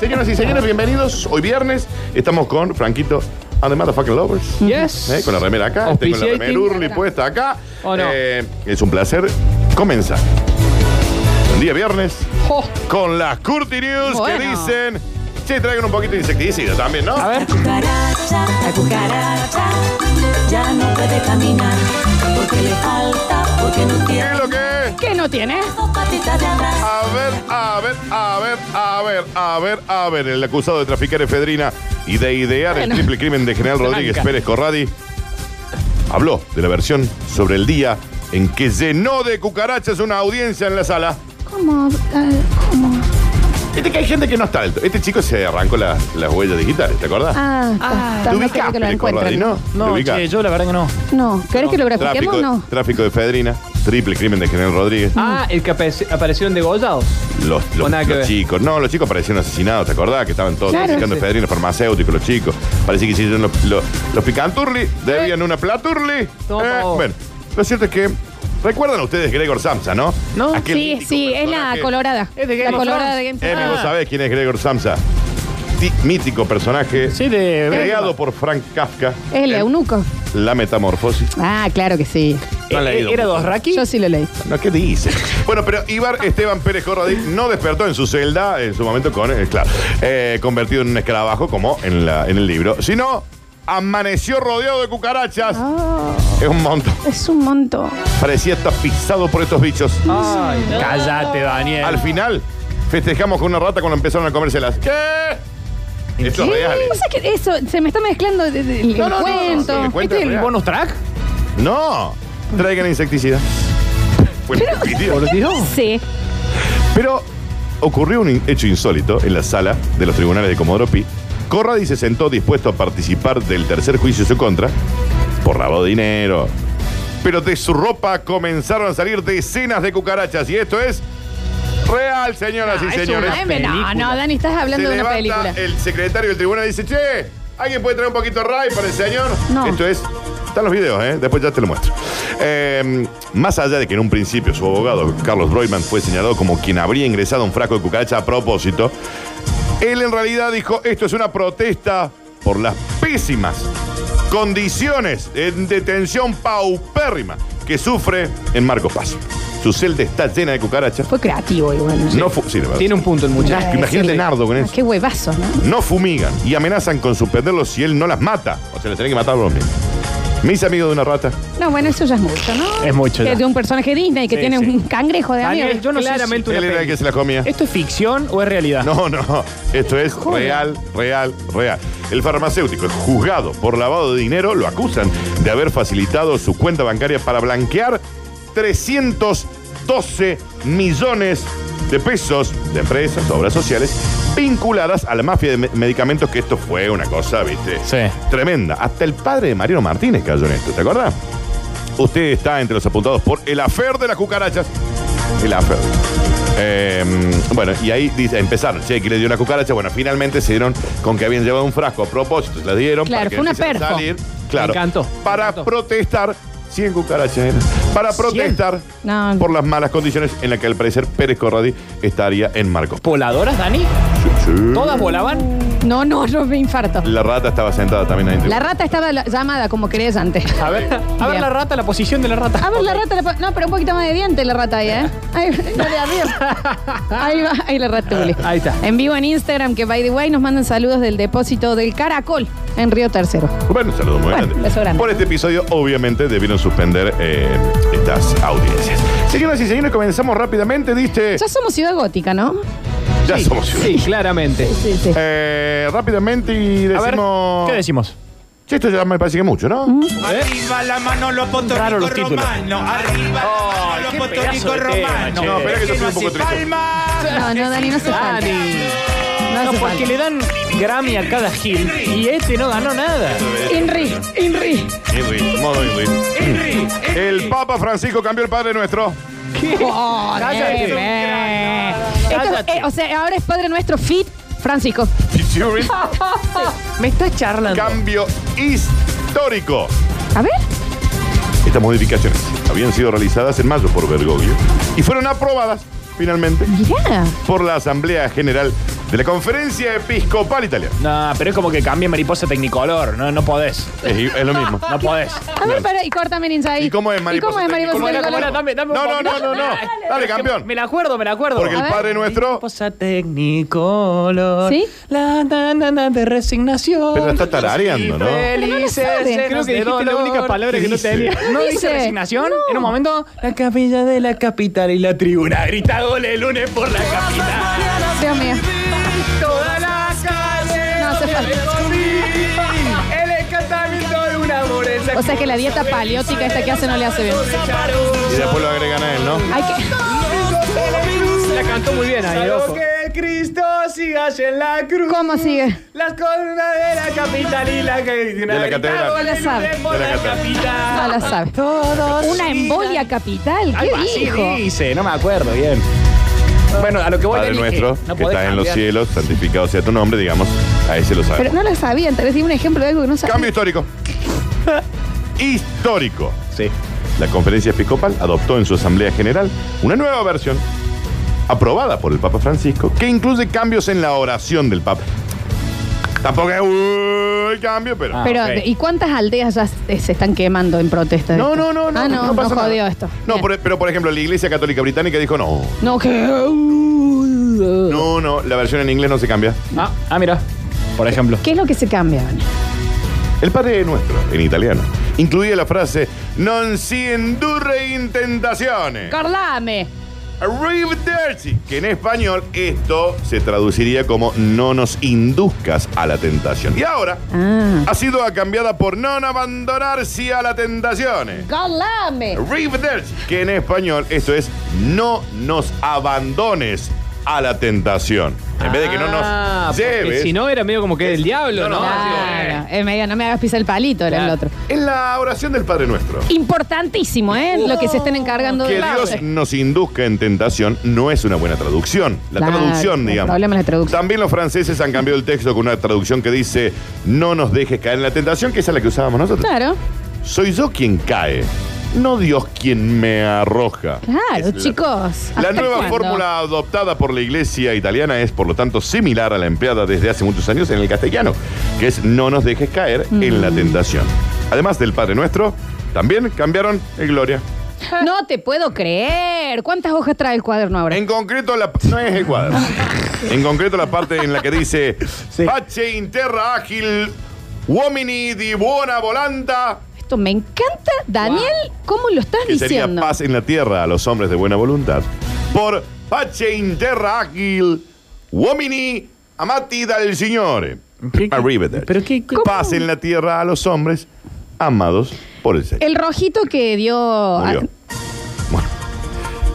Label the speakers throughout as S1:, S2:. S1: Señoras y señores, bienvenidos. Hoy viernes estamos con Franquito and the Motherfucking Lovers.
S2: Yes.
S1: Eh, Con la remera acá, tengo la
S2: Auspiciating.
S1: remera Urli puesta acá.
S2: Oh, no.
S1: Eh, es un placer comenzar. Un día viernes
S2: Oh,
S1: con las Curti News que
S2: Bueno.
S1: dicen. Che, traigan un poquito de insecticida también, ¿no?
S2: a ver.
S3: cucaracha, la cucaracha ya no puede caminar porque le falta, porque no
S1: ¿Qué
S3: tiene
S1: es lo que es?
S2: ¿Qué no tiene?
S3: dos patitas de atrás.
S1: A ver, a ver, a ver, a ver, a ver, a ver. El acusado de traficar efedrina y de idear
S2: Bueno.
S1: el triple crimen de General Rodríguez
S2: Blanca.
S1: Pérez Corradi habló de la versión sobre el día en que llenó de cucarachas una audiencia en la sala.
S4: ¿Cómo? Eh, ¿Cómo?
S1: Viste que hay gente que no está alto. Este chico se arrancó las, las huellas digitales, ¿te acordás?
S4: Ah, está, está,
S1: ¿Te
S4: no
S1: ubicás,
S4: quería que lo
S1: Pérez Corradi,
S4: encuentren.
S1: no? ¿Te
S2: No,
S1: ubicás?
S2: che, yo la verdad que no.
S4: No, ¿querés que lo grafiquemos
S1: tráfico,
S4: o no?
S1: tráfico de efedrina, triple crimen de General Rodríguez.
S2: Ah, el que ape- aparecieron degollados.
S1: Los, los-
S2: O nada que
S1: los
S2: ver.
S1: chicos, no, los chicos parecían asesinados, ¿te acordás? Que estaban todos
S4: Claro.
S1: traficando
S2: Sí.
S1: efedrina, farmacéuticos, los chicos. Parecía que hicieron los, los, los picanturli,
S4: Eh.
S1: debían una platurli. Eh,
S2: Toma vos.
S1: bueno, lo cierto es que. ¿Recuerdan ustedes Gregor Samsa, no?
S2: ¿No?
S1: Aquel
S4: Sí,
S1: mítico
S4: sí, es la
S1: personaje.
S4: colorada.
S2: Es de Game
S4: La
S2: of
S4: colorada
S2: Thrones.
S4: de Game of
S1: Emi,
S4: Thrones.
S1: vos sabés quién es Gregor Samsa. Ti- mítico personaje
S2: Sí,
S1: Eh,
S2: de.
S1: creado por Frank Kafka.
S4: Es el
S1: en
S4: eunuco.
S1: La metamorfosis.
S4: Ah, claro que sí.
S1: No ha leído.
S2: ¿Era dos Raki?
S4: Yo sí lo leí.
S1: No, ¿qué dice? Bueno, pero Ibar Esteban Pérez Corradí no despertó en su celda en su momento con, eh, claro, eh, convertido en un escarabajo como en, la, en el libro, sino amaneció rodeado de cucarachas.
S4: Oh,
S1: Es un montón.
S4: es un montón.
S1: Parecía tapizado por estos bichos.
S2: Ay, no. Cállate, Daniel.
S1: Al final, festejamos con una rata cuando empezaron a comérselas. ¿Qué? Esto es
S4: ¿Qué?
S1: real.
S4: ¿Vos sabés que eso se me está mezclando de- de- el
S1: No, no, no,
S4: cuento?
S1: no, no, sí,
S2: ¿Este es el
S1: real.
S2: bonus track?
S1: No, traigan insecticida. Fue lo que pidió.
S2: ¿Por Dios?
S4: Sí.
S1: Pero ocurrió un in- hecho insólito en la sala de los tribunales de Comodoro Pi. Corradi se sentó dispuesto a participar del tercer juicio en su contra por lavado de dinero. Pero de su ropa comenzaron a salir decenas de cucarachas y esto es real, señoras
S2: Ah,
S1: y
S2: es
S1: señores.
S2: una
S4: Ay, No,
S2: película.
S4: no, Dani, estás hablando
S1: Se
S4: de una
S1: levanta eh.
S4: película.
S1: el secretario del tribunal y dice, che, ¿alguien puede traer un poquito de ray para el señor?
S4: No.
S1: Esto es... Están los videos, ¿eh? después ya te lo muestro. Eh, más allá de que en un principio su abogado, Carlos Broiman, fue señalado como quien habría ingresado un frasco de cucaracha a propósito, él en realidad dijo, esto es una protesta por las pésimas condiciones en detención paupérrima que sufre en Marco Paz. Su celda está llena de cucarachas.
S4: Fue creativo igual. ¿no?
S1: No fu- sí, de verdad.
S2: Tiene un punto el muchacho.
S4: Nada que
S1: Imagínate
S4: decirle.
S1: Nardo con
S4: Ah,
S1: eso.
S4: Qué huevazo, ¿no?
S1: No fumigan y amenazan con suspenderlo si él no las mata. O sea, le tienen que matar a los mismos. Me hice amigo de una rata.
S4: No, bueno, eso ya es mucho, ¿no?
S2: Es mucho ya.
S4: Es de un personaje Disney que
S2: Sí,
S4: tiene
S2: sí.
S4: un cangrejo de amigo.
S2: Daniel, yo no
S1: Él
S2: claramente una
S1: era el que
S2: peli.
S1: se las comía.
S2: ¿Esto es ficción o es realidad?
S1: No, no. Esto es
S4: Joder.
S1: real, real, real. El farmacéutico, juzgado por lavado de dinero, lo acusan de haber facilitado su cuenta bancaria para blanquear 312 millones de pesos de empresas, obras sociales, vinculadas a la mafia de me- medicamentos, que esto fue una cosa, viste,
S2: Sí.
S1: tremenda. Hasta el padre de Mariano Martínez cayó en esto, ¿te acordás? Usted está entre los apuntados por el afer de las cucarachas. El afer. Eh, bueno, y ahí dice, empezaron, che, que le dio una cucaracha. Bueno, finalmente se dieron con que habían llevado un frasco a propósito, se la dieron.
S4: Claro,
S1: que
S4: fue una
S1: empiecen a
S4: perfo.
S1: Salir. Claro.
S2: Me encantó,
S1: Para
S2: me encantó.
S1: protestar, 100 cucarachas eran. Para protestar
S4: No.
S1: por las malas condiciones en las que al parecer Pérez Corradi estaría en Marcos.
S2: ¿Voladoras, Dani? ¿Todas volaban?
S4: No, no, yo me infarto.
S1: La rata estaba sentada también ahí.
S4: La rata estaba la- llamada como creyente.
S2: A ver, a ver
S4: Mm. Bien.
S2: la rata, la posición de la rata.
S4: A ver, la rata. la po- no, pero un poquito más de diente la rata ahí, ¿eh? Ahí, la de arriba. Ahí va, ahí la rata. Uli.
S2: Ahí está.
S4: En vivo en Instagram, que by the way nos mandan saludos del depósito del Caracol en Río Tercero.
S1: Bueno, un saludo muy
S4: Bueno,
S1: grande.
S4: beso grande.
S1: Por este episodio, obviamente, debieron suspender eh, estas audiencias. Señoras y señores, comenzamos rápidamente, diste.
S4: Ya somos ciudad gótica, ¿no?
S1: Ya
S2: Sí,
S1: somos
S2: Sí, claramente.
S4: Sí, sí.
S1: Eh, rápidamente y
S2: A ver,
S1: decimos.
S2: ¿qué decimos?
S1: Che, esto ya me parece que mucho, ¿no?
S5: Arriba la mano los
S2: ¿Eh? Raro
S5: potorricos
S2: los títulos.
S5: romanos. Arriba la mano los
S2: qué pedazo
S5: potorricos
S2: de tema,
S5: romanos.
S2: che.
S1: No, espera que yo
S5: no
S1: soy un poco
S5: hace
S1: triste.
S5: palmas.
S4: No, no, Dani, no se falta.
S2: Dani.
S4: No
S2: No,
S4: hace
S2: porque
S4: falta.
S2: le dan Grammy a cada Gil y este no ganó nada.
S4: Inri, Eh, Inri.
S1: Henry, modo Henry.
S5: Henry, Henry.
S1: El Papa Francisco cambió el Padre Nuestro.
S4: Oh,
S2: Cállate.
S4: eh, eh. Esto-
S2: Cállate.
S4: eh, o sea, ahora es Padre Nuestro Fit Francisco.
S1: Pichurri,
S2: Me está charlando.
S1: Cambio histórico.
S4: A ver.
S1: Estas modificaciones habían sido realizadas en mayo por Bergoglio y fueron aprobadas finalmente
S4: Mirá.
S1: por la Asamblea General de la Conferencia Episcopal Italiana.
S2: No, pero es como que cambie mariposa tecnicolor. No, no podés.
S1: Es, es lo mismo.
S2: No podés.
S4: A ver, para, y córtame el inside.
S1: ¿Y cómo es mariposa?
S4: ¿Y cómo es mariposa
S1: ¿Cómo
S2: Bueno,
S1: era,
S4: de
S1: cómo
S2: bueno,
S1: era?
S2: dame-
S4: color?
S2: dame un
S1: No, no, no,
S2: poquito.
S1: no, no. Dale, campeón.
S2: Me la acuerdo, me la acuerdo.
S1: Porque el
S4: A ver.
S1: Padre Nuestro.
S2: Mariposa tecnicolor.
S4: ¿Sí?
S2: La na, na, na, de resignación.
S1: Pero la está tarareando, ¿no?
S2: Y Felices.
S4: Pero no la sabe.
S2: llenos
S6: Creo
S2: de
S6: que dijiste la
S2: dolor.
S6: única palabra
S1: ¿Qué
S6: que no
S1: dice?
S6: tenía.
S2: ¿No dice,
S4: Dice.
S2: resignación?
S4: No.
S2: En un momento, la capilla de la capital y la tribuna. Grita gol el lunes por la capital.
S4: Dios mío.
S2: Toda la calle.
S4: No hace falta.
S2: recorrí. El encantamiento de una morena.
S4: O sea que la dieta paleótica esta que hace no le hace bien.
S1: Y después lo agregan a él, ¿no?
S4: Hay que...
S6: La cantó muy bien ahí,
S2: Salvo
S6: ojo.
S2: que el Cristo siga en la cruz.
S4: ¿Cómo sigue?
S2: Las columnas de la capital y la De
S1: la catedral.
S4: No la sabe.
S1: De la catedral.
S4: No la sabe.
S2: Todos.
S4: Una embolia capital. ¿Qué
S2: Algo así
S4: dijo?
S2: dice, no me acuerdo bien. Bueno, a lo que voy
S1: Padre
S2: Dani, es que
S1: Nuestro,
S2: no
S1: que
S2: podés
S1: está en los
S2: cambiar.
S1: cielos, santificado sea tu nombre, digamos. A ese lo sabe.
S4: Pero no la sabían. Te di un ejemplo de algo que no
S1: Cambio
S4: sabía.
S1: histórico. histórico.
S2: Sí.
S1: La conferencia episcopal adoptó en su asamblea general una nueva versión, aprobada por el Papa Francisco, que incluye cambios en la oración del Papa. Tampoco es uh, el cambio, pero...
S2: Ah.
S4: Pero,
S2: ok.
S4: ¿y cuántas aldeas ya se se están quemando en protesta? de
S1: No, no,
S4: esto?
S1: no, no.
S4: Ah, no, no,
S1: pasa nada.
S4: jodió esto.
S1: No,
S4: Bien.
S1: por- e-, pero por ejemplo, la Iglesia Católica Británica dijo no.
S4: No, que.
S1: No, no, la versión en inglés no se cambia.
S2: Ah, ah, mira. Por ejemplo.
S4: ¿Qué es lo que se cambia, Vane?
S1: El Padre Nuestro, en italiano, incluía la frase Non si endurre intentaciones.
S4: Carlame.
S1: Arrivederci, que en español esto se traduciría como no nos induzcas a la tentación. Y ahora
S4: Ah.
S1: ha sido cambiada por non abandonarsi a la tentación.
S4: Carlame.
S1: Arrivederci, que en español esto es no nos abandones a la tentación. En vez de que no
S6: Ah,
S1: nos
S6: porque
S1: lleves.
S6: Si no, era medio como que del
S1: No,
S6: diablo, ¿no?
S1: no.
S4: Claro. Eh, me diga, no me hagas pisar el palito, era el
S6: Claro.
S4: otro.
S1: En la oración del Padre Nuestro.
S4: Importantísimo, ¿eh? Lo que se están encargando
S1: Que
S4: de
S1: Dios nos induzca en tentación no es una buena traducción. La
S4: Claro,
S1: traducción,
S4: el
S1: digamos.
S4: problema es la traducción.
S1: También los franceses han cambiado el texto con una traducción que dice no nos dejes caer en la tentación, que esa es la que usábamos nosotros.
S4: Claro.
S1: Soy yo quien cae, no Dios quien me arroja.
S4: Claro,
S1: Es la-
S4: chicos.
S1: La
S4: ¿hasta
S1: nueva
S4: cuándo?
S1: fórmula adoptada por la Iglesia italiana es, por lo tanto, similar a la empleada desde hace muchos años en el castellano, que es no nos dejes caer en
S4: Mm.
S1: la tentación. Además del Padre Nuestro, también cambiaron el Gloria.
S4: No te puedo creer. ¿Cuántas hojas trae el cuaderno ahora?
S1: En concreto, la, no es el cuadro. En concreto, la parte en la que dice Pace interra ágil, uomini di buona volanta,
S4: Esto me encanta. Daniel, ¿cómo lo estás
S1: que sería
S4: diciendo?
S1: paz en la tierra a los hombres de buena voluntad, por Pace interra ágil, uomini amati dal Signore.
S6: ¿Qué- qué-
S1: Arrivederci.
S6: pero qué- qué-
S1: Paz en la tierra a los hombres amados por el Señor.
S4: El rojito que dio.
S1: Murió.
S4: Ah,
S1: Bueno,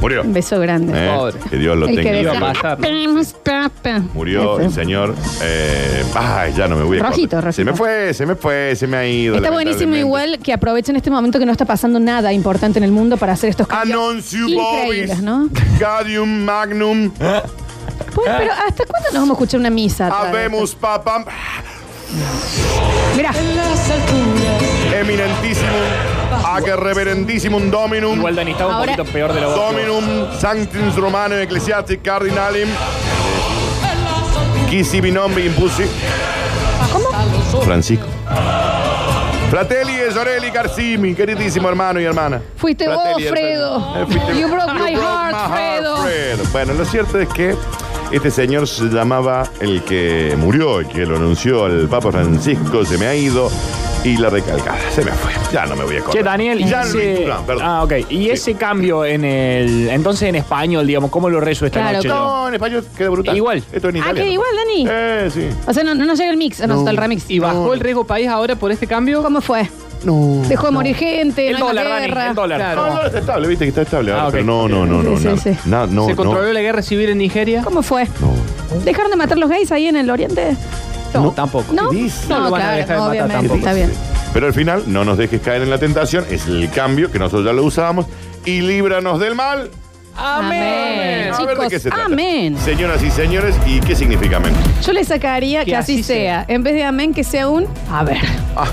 S1: murió.
S4: un beso grande.
S1: Eh,
S6: Pobre.
S1: Que Dios lo
S4: el
S1: tenga.
S4: que
S6: iba
S4: decía.
S6: a pasar.
S4: "Pams, pa, pa".
S1: Murió el señor. eh, ay, ya no me voy a acordar.
S4: Rojito, rojito.
S1: Se me fue, se me fue, se me ha ido.
S4: Está buenísimo
S1: lamentablemente.
S4: igual que aprovechen este momento que no está pasando nada importante en el mundo para hacer estos cambios.
S1: Anuncio
S4: Increíbles,
S1: Bobis.
S4: ¿no?
S1: Gadium Magnum.
S4: Pues,
S6: Ah.
S4: pero ¿hasta cuándo nos vamos a escuchar una
S1: Ah,
S4: misa? atrás de
S1: Habemus Papam.
S4: esto? Mirá,
S1: Eminentísimo.
S4: Ah,
S1: Aque reverendísimum Dominum.
S2: Igual Dani estaba
S4: Ahora-
S2: un poquito peor de lo otro.
S1: Dominum Sanctum Romanum Ecclesiastic Cardinalim. Quisi binombi impusi.
S4: Ah,
S1: ¿Cómo? Francisco. Fratelli e sorelli carissimi, queridísimo hermano y hermana.
S4: fuiste vos,
S1: Fratelli e
S4: Fredo.
S1: sorelle. Eh, fuiste-
S4: You broke my
S1: broke
S4: heart,
S1: my
S4: Fredo.
S1: Bueno, lo cierto es que este señor se llamaba el que murió, el que lo anunció el Papa Francisco, se me ha ido y la recalcada, se me fue. Ya no me voy a acordar.
S2: Che, Daniel, y
S1: ya no
S2: ese...
S1: perdón.
S2: Ah, ok. Y ese cambio en el... Entonces en español, digamos, ¿cómo lo rezo esta
S4: Claro,
S2: noche yo?
S1: No, en español queda brutal.
S2: Igual.
S1: Esto en
S4: Ah,
S1: italiano.
S4: que igual, Dani.
S1: Eh, sí.
S4: O sea, no, no nos llega el mix, no, está el remix.
S6: ¿Y bajó el riesgo país ahora por este cambio?
S4: ¿Cómo fue?
S1: No.
S4: Dejó de morir gente,
S2: El
S4: no hay más
S2: dólar, Dani,
S4: guerra.
S2: el dólar.
S6: Claro.
S1: No, no, está estable, viste que está estable ahora,
S2: Ah, ok.
S1: pero no, no, no, no,
S4: Sí,
S1: nada.
S4: sí, sí.
S1: Nada, no,
S6: ¿Se
S1: no,
S6: controló la guerra civil en Nigeria?
S4: ¿Cómo fue?
S1: no.
S4: ¿Dejaron de matar los gays ahí en el oriente?
S6: No, tampoco.
S4: ¿No?
S1: ¿Qué dice?
S4: No,
S6: No lo van a
S4: claro,
S6: dejar de matar
S4: obviamente.
S6: tampoco.
S4: Está bien.
S1: Pero al final, no nos dejes caer en la tentación, es el cambio que nosotros ya lo usábamos, y líbranos del mal.
S4: Amén.
S1: A ver de qué
S4: Chicos,
S1: se trata.
S4: amén.
S1: Señoras y señores, ¿y qué significa amén?
S4: Yo le sacaría que, así sea. En vez de amén, que sea un a ver.
S6: Ah.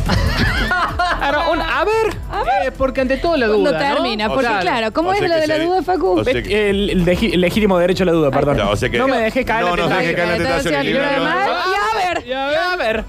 S6: Ahora, un- a ver, eh, porque ante todo la duda.
S4: No termina,
S6: ¿no?
S4: porque
S6: O sea,
S4: claro, ¿cómo
S1: o
S4: es
S1: sea
S4: lo
S1: que
S4: de la
S1: se-
S4: duda, Facu?
S1: o sea-
S2: El, el degi- el legítimo derecho a la duda, perdón.
S1: o sea que-
S2: no me dejé caer
S1: No
S2: la
S1: nos
S2: tentación.
S1: dejes caer la tentación.
S4: Tentación,
S1: y líbranos.
S4: libre de mal. Y a ver.
S6: Y a ver.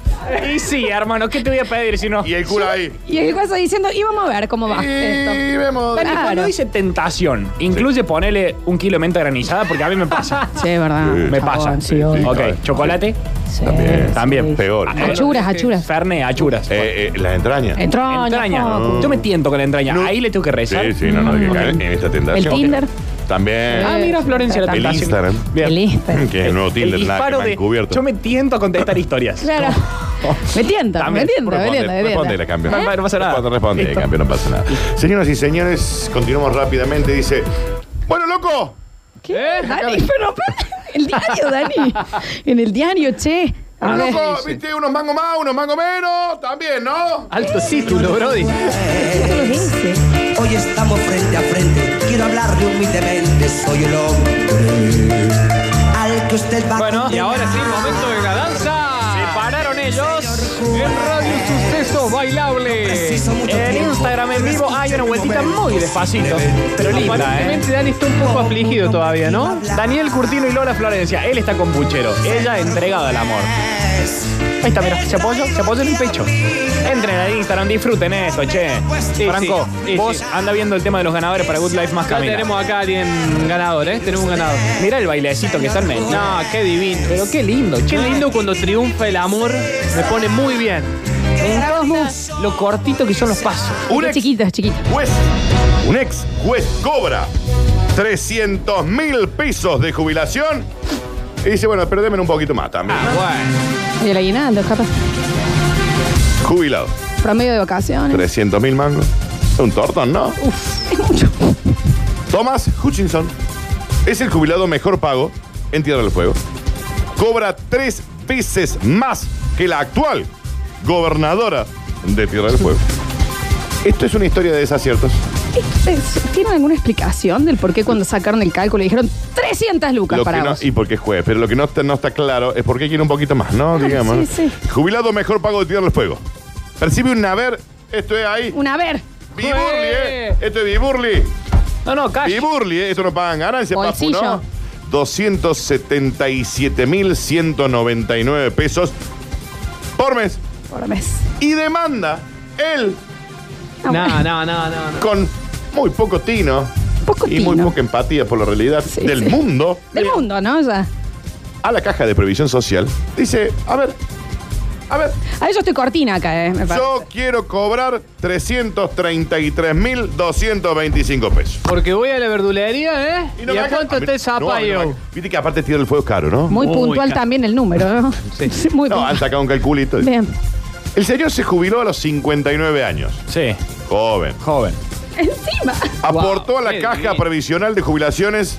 S2: Y sí, hermano, ¿qué te voy a pedir si no?
S1: Y el cura ahí.
S4: Y el guaso diciendo, y vamos a ver cómo va esto. ah.
S1: Y vemos.
S2: Dani,
S4: Claro.
S2: cuando dice tentación, incluye ponerle un kilo de menta granizada porque a mí me pasa.
S4: Sí, es verdad.
S1: Sí.
S2: Me
S4: Chabón,
S2: pasa.
S4: Sí, obvio.
S2: ok,
S1: claro.
S2: chocolate,
S4: Sí.
S1: También.
S2: También.
S1: Peor.
S2: Ah,
S4: Achuras, achuras.
S2: fernet, achuras.
S1: Eh, eh, las entrañas.
S4: Entraña.
S2: entraña.
S4: Facu.
S2: Yo me tiento con la entraña.
S1: No.
S2: Ahí le tengo que rezar.
S1: Sí, sí, no, no, hay que caer en esta tentación.
S4: Mm. El Tinder.
S1: También.
S2: Ah, mira, Florencia, la
S1: El
S2: tentación.
S1: Instagram.
S2: Bien.
S4: El Instagram.
S1: Que es el nuevo Tinder, la que
S2: el disparo
S1: me han
S2: de.
S1: encubierto.
S2: Yo me tiento a contestar historias.
S4: Claro. Me tienta, me
S2: También.
S4: tienta, me tienta, me
S1: Responde,
S4: tienta.
S1: la cambio.
S2: No, no pasa nada.
S1: Responde, responde,
S2: Listo.
S1: cambio, no pasa nada. Señoras y señores, continuamos rápidamente. Dice, bueno, loco,
S4: ¿Qué?
S1: Eh,
S4: Dani, pero pero- el diario, Dani. En el diario, che. A
S1: bueno,
S4: ver.
S1: loco, viste, unos mangos más, unos mangos menos, también, ¿no?
S6: Alto título, Brody.
S4: Esto lo dice.
S7: Hoy estamos frente a frente, quiero hablarle humildemente, soy el hombre al que usted va a
S6: Bueno, y ahora sí, momento de la danza. Se pararon ellos en Radio Sucesos Bailable.
S2: En Instagram en vivo hay una vueltita muy despacito, pero linda, ¿eh?
S6: Aparentemente Dani está un poco afligido todavía, ¿no?
S2: Daniel Curtino y Lola Florencia. Él está con Puchero. Ella entregada al amor. Ahí está, mira. Se apoyó, se apoyó en el pecho. Entren al Instagram, disfruten esto, che.
S6: Sí,
S2: Franco,
S6: sí, sí,
S2: vos
S6: sí.
S2: anda viendo el tema de los ganadores para Good Life más
S6: Ya
S2: Camila.
S6: tenemos acá a alguien ganador, ¿eh? Tenemos un ganador.
S2: Mira el bailecito que están metiendo.
S6: No, qué divino. Pero qué lindo. Qué lindo cuando triunfa el amor. Me pone muy bien. Me encanta lo cortito que son los pasos.
S1: Un
S4: Es
S1: ex
S4: chiquito, es chiquito.
S1: juez, un ex juez cobra 300 mil pesos de jubilación. Y dice, bueno, pero démelo un poquito más también.
S6: Ah,
S2: Ah.
S6: Bueno,
S4: Y el aguinaldo, capaz.
S1: Jubilado.
S4: Promedio de vacaciones.
S1: 300 mil mangos. Un tortón, ¿no?
S4: Uf, es mucho.
S1: Thomas Hutchinson es el jubilado mejor pago en Tierra del Fuego. Cobra tres veces más que la actual gobernadora de Tierra del Fuego. Esto es una historia de desaciertos.
S4: Es- ¿Tienen alguna explicación del por qué cuando sacaron el cálculo dijeron 300 lucas
S1: Lo que
S4: para
S1: no-
S4: vos?
S1: y porque es juez, pero lo que no está, no está claro es por qué quiere un poquito más, ¿no?
S4: Claro,
S1: Digamos. ¿no?
S4: sí, sí.
S1: Jubilado mejor pago de Tierra del Fuego. Percibe un haber. Esto es ahí.
S4: Una ver.
S1: Viburli, ¿eh? Esto es Viburli.
S2: No, no, calla.
S1: Y Burli, ¿eh? esto no pagan ganancias, papu,
S4: Bolsillo.
S1: ¿no? 277.199 pesos por mes.
S4: Por mes.
S1: Y demanda él
S4: Ah,
S6: no,
S4: bueno.
S6: no, no, no. no.
S1: con muy poco tino
S4: Poco
S1: y muy
S4: tino.
S1: poca empatía por la realidad
S4: Sí,
S1: del
S4: sí.
S1: mundo
S4: Del mundo, ¿no? Ya.
S1: a la caja de previsión social. Dice, a ver, a ver,
S4: A ver, yo estoy cortina acá, ¿eh? Me parece.
S1: yo quiero cobrar 333.225 pesos.
S6: Porque voy a la verdulería, ¿eh? ¿Y,
S1: no me
S6: a
S1: hagan- Ah,
S6: cuánto está el
S1: No, no me
S6: zapallo?
S1: hagan. Viste que aparte tiro el fuego es caro, ¿no?
S4: Muy
S6: Uy,
S4: puntual
S6: ca-
S4: también el número, ¿no?
S6: Sí.
S4: Muy
S1: no, han
S4: puntual.
S1: sacado un calculito.
S4: Bien.
S1: El señor se jubiló a los 59 años.
S2: Sí,
S1: Joven.
S2: joven.
S4: Encima.
S1: Aportó a la
S6: qué
S1: caja
S6: divino.
S1: previsional de jubilaciones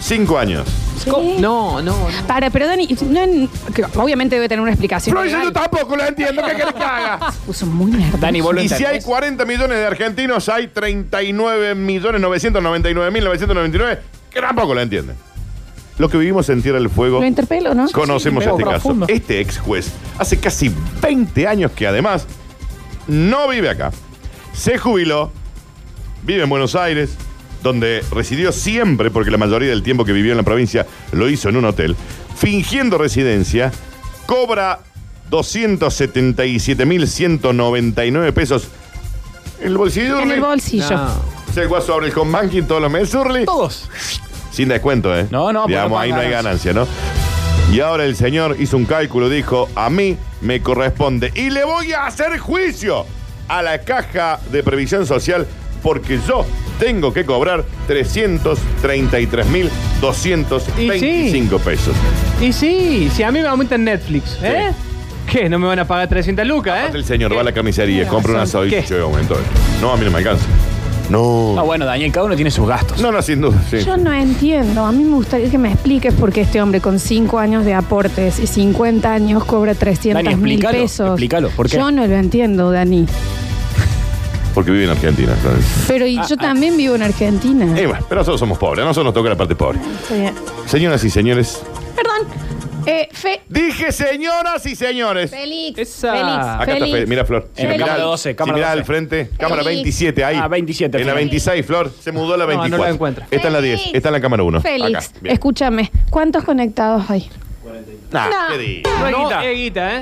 S1: cinco años.
S6: ¿Cómo? No, no, no.
S4: Para, pero Dani, no en- que obviamente debe tener una explicación.
S1: Florencia, yo
S4: legal.
S1: tampoco lo entiendo. ¿Qué querés que haga?
S4: Puso muy nervioso.
S2: Dani, vos lo
S1: Y si hay
S2: entendés.
S1: 40 millones de argentinos, hay 39 millones 999 mil 999 que tampoco lo entienden. Lo que vivimos en Tierra del Fuego,
S4: Lo interpelo, ¿no?
S1: conocemos
S2: Sí, sí,
S1: este
S2: pero profundo.
S1: caso. Este ex juez, hace casi 20 años que además no vive acá. Se jubiló, vive en Buenos Aires, donde residió siempre, porque la mayoría del tiempo que vivió en la provincia lo hizo en un hotel, fingiendo residencia, cobra 277.199 pesos en el bolsillo.
S4: En el
S1: Urli.
S4: bolsillo.
S6: No.
S1: Se guaso abre el home banking todos los meses, Urli.
S2: Todos.
S1: Sin descuento, ¿eh?
S2: No, no,
S1: Digamos,
S2: porque
S1: ahí no hay
S2: ganancia.
S1: ganancia, ¿no? Y ahora el señor hizo un cálculo, dijo, a mí me corresponde y le voy a hacer juicio a la caja de previsión social porque yo tengo que cobrar 333.225 pesos.
S6: Y sí, si a mí me aumentan Netflix, ¿eh? ¿Qué? No me van a pagar 300 lucas,
S1: Aparte
S6: ¿eh?
S1: El señor va a la carnicería, compra un asado y dice,
S6: ¿Qué?
S1: "Che, aumentó esto". No, a mí no me alcanza. No.
S2: No, Ah, bueno, Daniel, cada uno tiene sus gastos.
S1: No, no, sin duda, sí.
S4: Yo no entiendo. A mí me gustaría que me expliques por qué este hombre con 5 años de aportes y 50 años cobra 300
S2: Dani,
S4: mil
S2: explícalo,
S4: pesos.
S2: explícalo, ¿por qué?
S4: Yo no lo entiendo, Dani.
S1: Porque vive en Argentina. Florencia.
S4: Pero
S2: Ah,
S4: y yo también vivo en Argentina.
S1: Eh, bueno, pero nosotros somos pobres, a nosotros nos toca la parte pobre.
S4: Sí.
S1: Señoras y señores,
S4: Perdón. Eh, fe-
S1: Dije señoras y señores.
S4: Félix.
S6: Esa.
S4: Félix.
S1: Acá está,
S4: Félix.
S1: Fe- mira Flor. Si
S4: Félix.
S1: mirá
S2: Cámara
S1: al-
S2: 12,
S1: si
S2: cámara
S1: mirá
S2: 12.
S1: al frente, cámara
S4: Félix.
S1: 27, ahí.
S2: Ah, 27,
S1: En la
S2: Félix.
S1: 26, Flor. Se mudó a la
S6: No, no la
S1: 24.
S6: encuentra.
S1: Está en la 10,
S4: Félix.
S1: está en la cámara 1.
S4: Félix, escúchame, ¿cuántos conectados hay? No.
S1: ¿Qué di?
S6: No,
S2: No,
S6: es guita, ¿eh?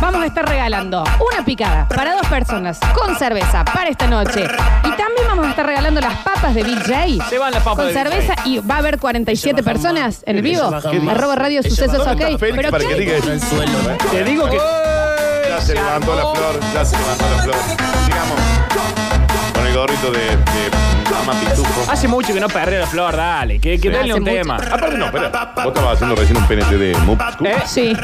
S4: Vamos a estar regalando una picada para dos personas con cerveza para esta noche. Y también vamos a estar regalando las papas de BJ.
S6: Se van las papas
S4: Con
S6: de
S4: cerveza y va a haber 47 personas en el vivo. Arroba radio sucesos, ok.
S1: ¿Dónde está Félix
S4: Pero
S1: para
S4: ¿qué?
S1: que diga eso?
S8: ¿eh?
S2: Te digo que.
S1: Ya se levantó la flor, ya se levantó la flor. Sigamos. Con el gorrito de, de Mama Pitufo.
S2: Hace mucho que no perdió la flor, dale. Que, que
S1: Sí.
S2: denle un
S4: Hace mucho.
S2: tema.
S1: Aparte, no, espera. Vos estabas haciendo recién un PNT de Moop Scoop.
S2: ¿Eh?
S4: Sí.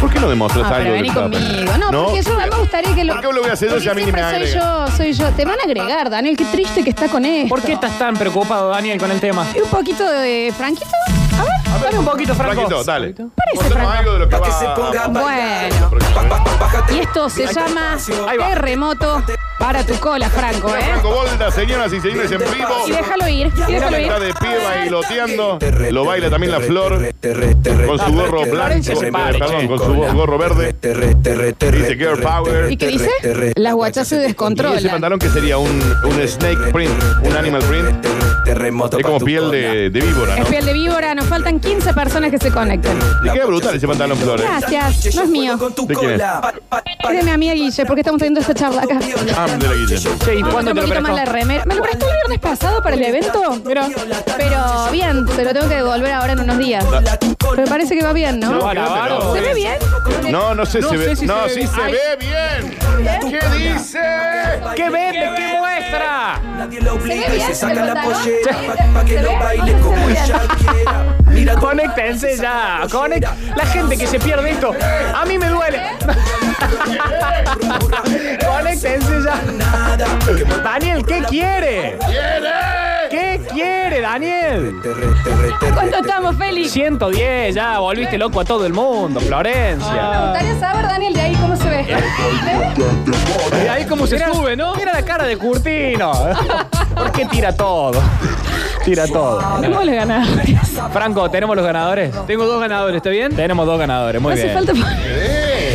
S1: ¿Por qué no demostras
S4: Ah,
S1: algo?
S4: pero
S1: de
S4: vení
S1: lo que estaba
S4: conmigo.
S1: aprendiendo?
S4: No, porque yo me gustaría que lo.
S1: ¿Por qué lo voy a hacer yo
S4: Porque
S1: si a mí ni me
S4: siempre soy
S1: agrega?
S4: yo, soy yo. Te van a agregar, Daniel, qué triste que está con esto.
S2: ¿Por qué estás tan preocupado, Daniel, con el tema?
S4: Y un poquito de Franquito. A ver.
S2: Dale un poquito, Franco.
S1: Franquito, dale.
S4: Parece,
S1: Mostrarnos
S4: Franco.
S1: algo de lo que va
S4: Bueno. Y esto se llama
S2: Ahí va.
S4: terremoto para tu cola, Franco, ¿eh?
S1: Franco Bolda, señoras y señores, en vivo.
S4: Y déjalo ir, y déjalo ir.
S1: Está de pie bailoteando. Lo baila también la flor con
S8: Con
S1: su gorro blanco. eh,
S2: se pare,
S1: Perdón,
S2: che.
S1: con su gorro verde. Dice Girl Power.
S4: ¿Y qué dice? Las guachas se
S1: Y ese
S4: descontrolan.
S1: pantalón que sería un, un snake print, un animal print.
S8: Terremoto
S1: Es como piel de, de víbora,
S4: Es
S1: ¿no?
S4: piel de víbora, nos faltan 15 personas que se conecten.
S1: Y queda brutal ese pantalón, ¿eh? Flores.
S4: Gracias, no es mío.
S1: ¿De quién es?
S4: Es de mi amiga Guille, porque estamos teniendo esta charla acá.
S1: Ah, de la Guille.
S2: Che, ¿y cuándo te
S4: Vamos a poner
S2: lo
S4: un poquito más
S2: prestó?
S4: la remera. Me lo prestó el viernes pasado para el evento. Mira. Pero bien, se lo tengo que devolver ahora en unos días. Pero me parece que va bien,
S2: ¿Lo va a
S4: ¿no?
S2: lavar o-
S4: ¿Se ve bien?
S1: No, no sé
S2: No
S1: si
S2: sé
S1: ve.
S2: si
S1: no,
S2: se
S1: sí
S2: ve
S1: se
S2: bien.
S1: ve bien. ¿Qué dice?
S2: ¿Qué vende? ¿Qué muestra?
S8: Nadie lo obliga y
S4: bien
S8: se saca
S4: el
S8: la
S4: pantalón?
S8: pollera
S4: Sí.
S8: pa- pa' que
S4: ¿Se
S8: lo
S4: ve?
S8: baile
S4: No se
S8: como
S4: ve bien.
S8: ella quiera. Mira cómo
S2: Conéctense
S8: baila, saca
S2: ya.
S8: la
S2: Conect...
S8: pollera.
S2: La gente que se pierde esto. A mí me duele. Conéctense ya. Daniel, ¿qué quiere? ¿Qué quiere, Daniel?
S4: ¿Cuánto estamos, Félix?
S2: 110, ya. Volviste loco a todo el mundo, Florencia.
S4: Gustaría saber, Daniel, de ahí cómo se ve.
S2: Y ahí como se sube, ¿no? Mira la cara de Curtino. ¿Por qué tira todo? Tira todo.
S4: ¿Cómo le ganás?
S2: Franco, ¿tenemos los ganadores?
S6: Tengo dos ganadores, ¿está bien?
S2: Tenemos dos ganadores, muy
S4: No hace
S2: bien.
S4: falta.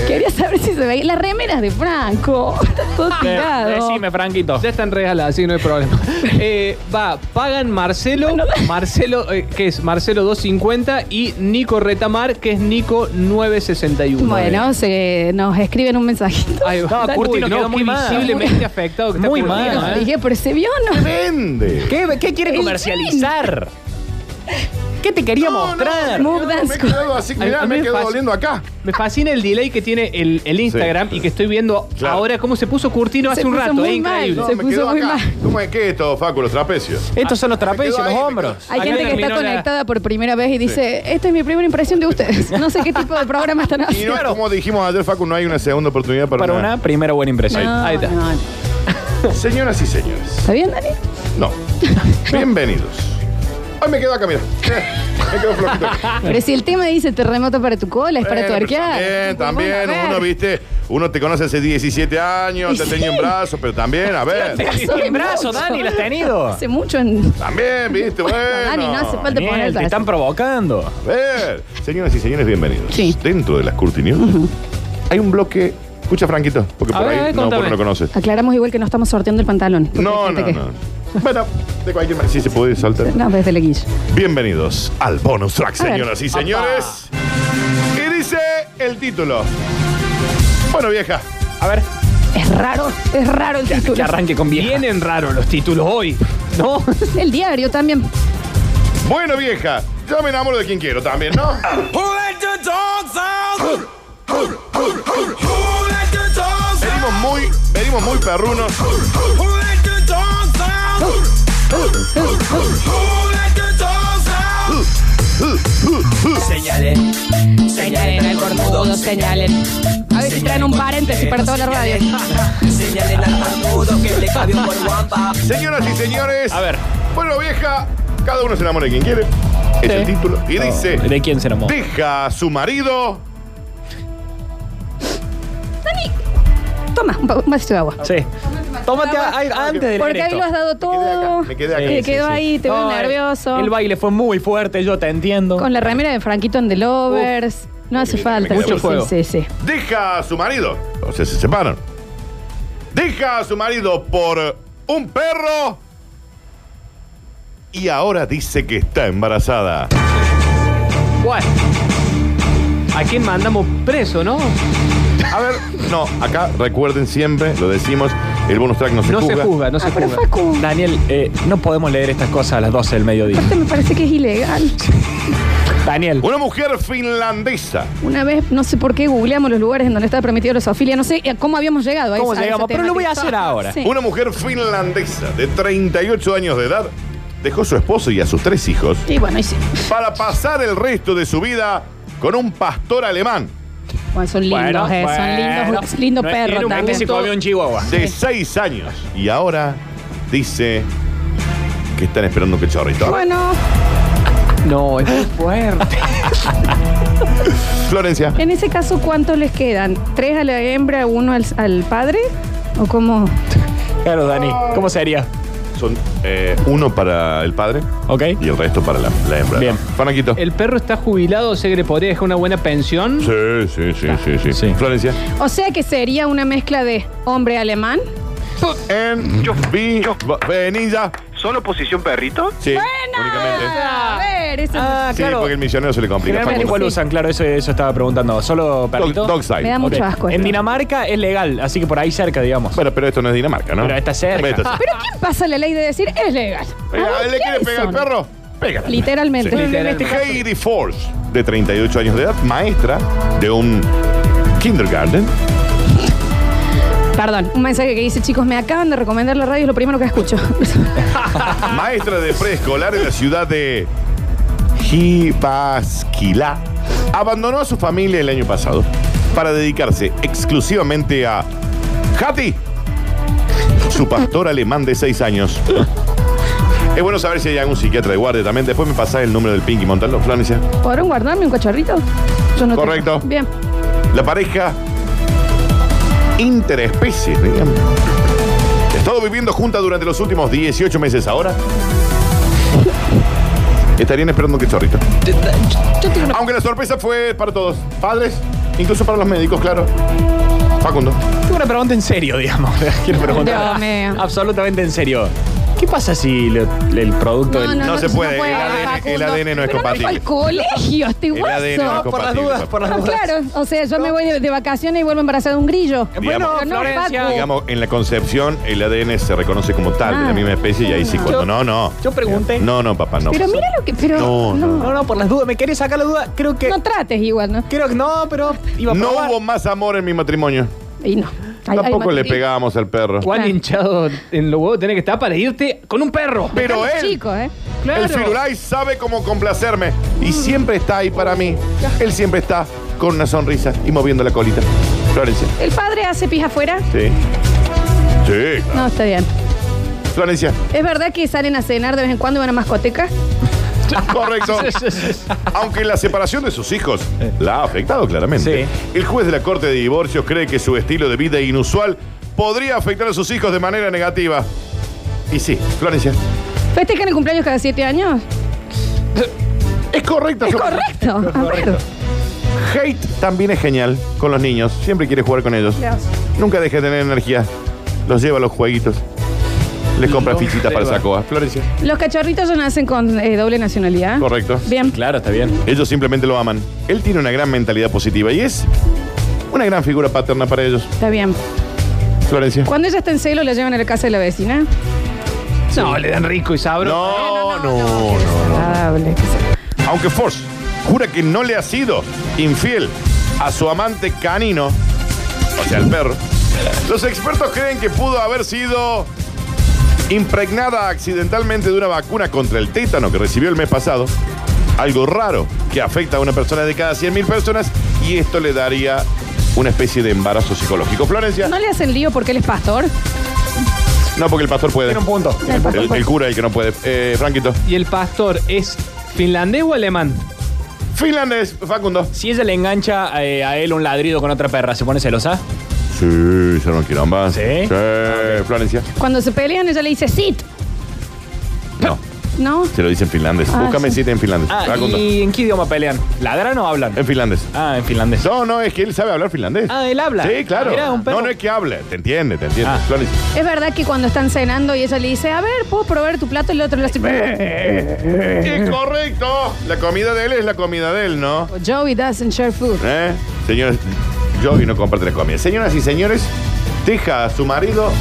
S4: Quería saber si se veía. Las remeras de Franco. Está todo tirado.
S2: Decime, Franquito.
S6: Ya están regaladas, así que no hay problema. Eh, va, pagan Marcelo, Marcelo, eh, que es Marcelo 250 y Nico Retamar, que es Nico 961.
S4: Bueno, se nos escriben un mensajito.
S6: Ahí va.
S2: No, Curtino
S6: Uy, no,
S2: quedó muy
S6: qué
S2: mal.
S6: visiblemente afectado. Que está
S2: Muy
S6: Curtino,
S2: mal,
S6: ¿eh?
S4: Dije, pero se vio, o ¿no?
S1: Vende.
S2: ¿Qué, qué quiere comercializar? ¿Qué te quería mostrar?
S4: Move
S1: Me
S4: Dance
S1: he
S4: Club.
S1: quedado así,
S6: A-
S1: mirá,
S6: a mí
S1: me
S6: me
S1: quedo
S6: pasa-
S1: doliendo acá.
S6: Me fascina el delay que tiene el, el Instagram
S1: Sí.
S6: y que estoy viendo
S1: Claro.
S6: ahora cómo se puso Curtino
S4: Se
S6: hace un
S4: puso
S6: rato.
S4: muy
S6: eh, increíble.
S1: No,
S4: Se
S1: me
S4: puso
S1: quedo
S4: muy
S1: acá.
S4: mal.
S1: ¿Cómo es que es todo, Facu, los trapecios?
S2: Estos son los trapecios,
S1: Me quedó
S2: los
S1: ahí, me
S2: hombros.
S4: Hay
S6: Acá
S4: gente que está
S6: terminó la-
S4: conectada por primera vez y dice, esta es mi primera impresión de ustedes. No sé qué tipo de programa están
S1: Y no,
S4: haciendo.
S1: como dijimos ayer, Facu, no hay una segunda oportunidad para,
S2: Para una primera buena impresión.
S4: No,
S6: Ahí está.
S4: no.
S1: Señoras y señores,
S4: ¿Está bien, Dani?
S1: no. Bienvenidos. Hoy me quedo acá, mira. me quedo flojito. acá.
S4: Pero si el tema dice terremoto para tu cola, es para
S1: Bueno,
S4: tu
S1: pero
S4: arquear.
S1: También, también. Uno, viste, uno te conoce hace 17 años,
S4: Y
S1: te
S4: sí.
S1: tenía en brazos, pero también, a ver.
S4: Hace
S2: Sin brazo,
S4: mucho.
S2: Dani, lo has tenido.
S4: Hace mucho en...
S1: También, viste, bueno.
S4: Dani, no hace falta
S2: Daniel,
S4: poner
S2: te
S4: brazo.
S2: están provocando.
S1: ver, señoras y señores, bienvenidos.
S4: Sí.
S1: Dentro de las Curti News hay un bloque. Escucha, Franquito, porque
S6: A
S1: por
S6: ver,
S1: ahí no,
S6: contame.
S1: porque no lo conoces.
S4: Aclaramos igual que no estamos sorteando el pantalón. porque
S1: No,
S4: hay
S1: no,
S4: gente
S1: no. Bueno, de cualquier manera, sí se puede saltar.
S4: que- No, desde la guilla.
S1: Bienvenidos al bonus track,
S4: A ver.
S1: señoras y señores. Y dice el título. Bueno, vieja.
S2: A ver,
S4: Es raro, es raro el
S2: que
S4: título.
S2: arranque con vieja.
S6: Vienen raros los títulos hoy, ¿no?
S4: El diario también.
S1: Bueno, vieja. Yo me enamoro de quien quiero también, ¿no? Venimos muy, venimos muy perrunos.
S8: Señalen,
S4: Señalen el cornudo, señalen. A ver si traen un paréntesis para toda la radio.
S8: señalen al barbudo que le cambió por guapa.
S1: Señoras y señores.
S2: A ver.
S1: Bueno, vieja. Cada uno se enamora de quien quiere. Es
S2: Sí.
S1: el título. Y dice.
S2: Oh, ¿De quién se enamoró?
S1: Deja a su marido.
S4: Toma, un pa- un vasito de agua.
S2: Sí.
S6: Tómate a- a- antes del
S4: Porque ahí
S6: directo.
S4: lo has dado todo.
S1: Me quedé acá.
S4: Te
S1: Sí,
S4: quedó
S1: sí,
S4: ahí, te veo
S2: No, el-
S4: nervioso.
S2: El baile fue muy fuerte, yo te entiendo.
S4: Con la remera de Franquito and the Lovers. no hace
S1: me
S4: falta.
S1: queda
S4: Sí,
S1: mucho
S4: sí,
S6: juego.
S4: Sí, sí.
S1: Deja a su marido. O sea, se separan. Deja a su marido por un perro. Y ahora dice que está embarazada.
S6: Bueno. ¿A quién mandamos preso, no?
S1: A ver, no, acá recuerden siempre, lo decimos, el bonus track no se
S6: No se
S1: juzga.
S6: juzga, no se
S4: Ah, pero
S6: juzga.
S4: Facu,
S2: Daniel, eh, no podemos leer estas cosas a las 12 del mediodía.
S4: aparte me parece que es ilegal.
S2: Daniel,
S1: Una mujer finlandesa
S4: Una vez, no sé por qué, googleamos los lugares en donde estaba permitido la zoofilia. No sé eh, cómo habíamos llegado a
S2: ¿Cómo
S4: esa- a esa
S2: llegamos? Pero lo voy a hacer
S4: temática.
S2: ahora.
S4: Sí.
S1: Una mujer finlandesa de 38 años de edad dejó a su esposo y a sus tres hijos
S4: Y bueno, y sí.
S1: para pasar el resto de su vida con un pastor alemán
S4: Bueno, son lindos,
S2: Bueno,
S4: eh, son
S2: bueno.
S4: lindos, lindo
S2: No es-
S4: perro
S2: tiene un
S4: también.
S2: se comió un chihuahua.
S1: de 6 años. Y ahora dice que están esperando un cachorrito.
S4: Bueno,
S6: No, es muy fuerte.
S1: Florencia.
S4: en ese caso, ¿cuántos les quedan? ¿Tres a la hembra, uno al, al padre? ¿O cómo?
S2: Claro, Dani, ¿cómo sería?
S1: Son eh, uno para el padre
S2: ¿Ok?
S1: y el resto para la, la hembra.
S2: Bien.
S1: Fanaquito.
S6: ¿El perro está jubilado? O sea que le podría dejar una buena pensión.
S1: Sí, sí, sí, sí, sí,
S2: Sí.
S1: Florencia.
S4: O sea que sería una mezcla de hombre alemán.
S1: En yo, vi, venilla.
S5: ¿Solo posición perrito?
S1: Sí, únicamente.
S4: A ver, eso
S2: Ah,
S1: Sí,
S2: claro.
S1: porque el misionero se le complica.
S2: Generalmente
S1: Facundo.
S2: igual usan, claro, eso, eso estaba preguntando. ¿Solo
S1: Dog,
S2: perrito?
S1: dog style.
S4: me da
S2: Ok.
S4: mucho asco.
S2: En Dinamarca es legal, así que por ahí cerca, digamos.
S1: Bueno, pero esto no es Dinamarca, ¿no?
S2: Pero está cerca.
S1: Está cerca.
S4: ¿Pero quién pasa la ley de decir es legal?
S1: Mira,
S4: A ver,
S1: Eh, ¿Le quiere
S4: ¿quiénes
S1: pegar al
S4: Ah, son?
S1: perro? Pégale.
S4: Literalmente.
S1: Sí.
S6: Literalmente.
S1: Heidi Force, de 38 años de edad, maestra de un kindergarten.
S4: Este, Perdón, un mensaje que dice, chicos, me acaban de recomendar la radio, es lo primero que escucho.
S1: Maestra de preescolar en la ciudad de Jibasquilá. Abandonó a su familia el año pasado para dedicarse exclusivamente a Hati, su pastor alemán de 6 años. Es bueno saber si hay algún psiquiatra de guardia también. Después me pasás el número del Pinky Montalvo, Florencia.
S4: ¿Podrán guardarme un cachorrito? Yo no tengo.
S1: Correcto.
S4: Bien.
S1: La pareja interespecies, digamos. Ha estado viviendo juntas durante los últimos 18 meses ahora. Estarían esperando que chorrito. Aunque la sorpresa fue para todos, padres, incluso para los médicos, claro. Facundo.
S2: Tengo una pregunta en serio, digamos. Quiero preguntar.
S4: Dios mío.
S2: Absolutamente en serio. ¿Qué pasa si lo- el producto del.
S1: no se puede, el ADN
S4: Facundo.
S1: el ADN no es
S4: Pero
S1: compatible.
S4: Al colegio, este
S1: El ADN no es
S4: guaso.
S1: compatible, Facundo.
S4: No, Ah, claro, o sea, yo me voy de, de vacaciones y vuelvo embarazada de un grillo.
S1: Digamos,
S4: Pero no,
S6: Florencia,
S4: Facu.
S1: digamos, en la concepción, el ADN se reconoce como tal, de la
S4: Ah.
S1: misma especie, y ahí sí, cuando
S6: Yo-
S1: no, no.
S6: yo pregunté.
S1: No, no, papá, no.
S4: Pero mira lo que. Pero
S1: No,
S4: no,
S1: no.
S4: no,
S6: No, no, por las dudas. Me quería sacar la duda. Creo que.
S4: trates igual, ¿no?
S6: Creo que no, pero iba a
S1: No
S6: probar.
S1: hubo más amor en mi matrimonio.
S4: Y no. Ay, ay,
S1: Tampoco le
S4: Mati.
S1: pegábamos al perro.
S6: ¿Cuán
S4: Ah.
S6: hinchado en los huevos tenés que estar para irte con un perro?
S1: Pero
S4: Estamos
S1: él,
S4: chicos, ¿eh?
S1: el Firulais sabe cómo complacerme y siempre está ahí para mí. Él siempre está con una sonrisa y moviendo la colita. Florencia.
S4: ¿El padre hace pis afuera?
S1: Sí. Sí.
S4: No, está bien.
S1: Florencia.
S4: ¿Es verdad que salen a cenar de vez en cuando y van a mascoteca?
S1: Correcto. Aunque la separación de sus hijos la ha afectado claramente. El juez de la Corte de Divorcios cree que su estilo de vida inusual podría afectar a sus hijos de manera negativa. Y sí, Florencia.
S4: ¿Festejan el cumpleaños cada siete años?
S1: Es correcto.
S4: Es correcto. A ver.
S1: Hate también es genial con los niños. Siempre quiere jugar con ellos.
S4: Dios.
S1: Nunca deje de tener energía. Los lleva a los jueguitos. Les compra
S6: Los
S1: fichitas para ¿eh?
S6: lleva.
S1: Sacoa. Florencia.
S4: Los cachorritos ya nacen con eh, doble nacionalidad.
S1: Correcto.
S4: Bien.
S2: Claro, está bien.
S1: Ellos simplemente lo aman. Él tiene una gran mentalidad positiva y es una gran figura paterna para ellos.
S4: Está bien.
S1: Florencia.
S4: Cuando ella está en celo, la llevan a la casa de la vecina.
S6: No, le dan rico y sabroso.
S1: No, no, no.
S4: Agradable.
S1: Aunque Force jura que no le ha sido infiel a su amante canino, o sea, el perro, los expertos creen que pudo haber sido impregnada accidentalmente de una vacuna contra el tétano que recibió el mes pasado. Algo raro que afecta a una persona de cada 100.000 personas y esto le daría una especie de embarazo psicológico. Florencia,
S4: ¿No le hacen lío porque él es pastor?
S1: no porque el pastor puede.
S2: Tiene un punto.
S4: El pastor
S1: El, el cura es el que no puede. Eh, Franquito.
S6: ¿Y el pastor es finlandés o alemán?
S1: Finlandés, Facundo.
S2: Si ella le engancha eh, a él un ladrido con otra perra, ¿se pone celosa?
S1: Sí, Ah, se arma quilomba.
S2: ¿Sí?
S1: Florencia.
S4: Cuando se pelean, ella le dice sit,
S1: No,
S4: ¿no?
S1: se lo dice en finlandés.
S4: Ah,
S1: Búscame
S4: sí.
S1: siete en finlandés.
S2: Ah,
S1: Va a contar.
S2: ¿y en qué idioma pelean? ¿Ladran o hablan?
S1: En finlandés.
S2: Ah, en finlandés.
S1: No, no, es que él sabe hablar finlandés.
S6: Ah, él habla.
S1: Sí, claro.
S6: Mirá, un perro.
S1: No, no es que hable. Te entiende, te entiende.
S2: Ah.
S1: Florencia.
S4: Es verdad que cuando están cenando y ella le dice, a ver, ¿puedo probar tu plato? Y el otro le hace...
S1: Sí, correcto. La comida de él es la comida de él, ¿no?
S4: Joey doesn't share food.
S1: ¿Eh? Señores, Joey no comparte la comida. Señoras y señores, deja a su marido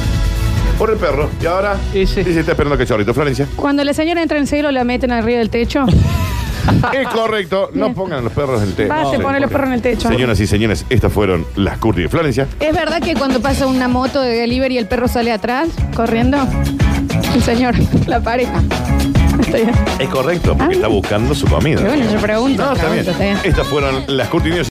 S1: por el perro. Y ahora
S6: Sí, sí.
S1: dice, está esperando que chorrito. Florencia.
S4: Cuando la señora entra en celo, la meten arriba del techo.
S1: Es correcto. No pongan los perros en el techo.
S4: Va, se
S1: Sí,
S4: ponen
S1: porque-
S4: los perros en el techo.
S1: Señoras y señores, estas fueron las curtis de Florencia.
S4: Es verdad que cuando pasa una moto de delivery y el perro sale atrás, corriendo. El señor, la pareja. Está bien.
S1: Es correcto, porque
S4: Ah.
S1: está buscando su comida.
S4: Pero bueno, yo pregunto,
S1: No, está
S4: pregunto,
S1: bien.
S4: está bien.
S1: Estas fueron las curtis News.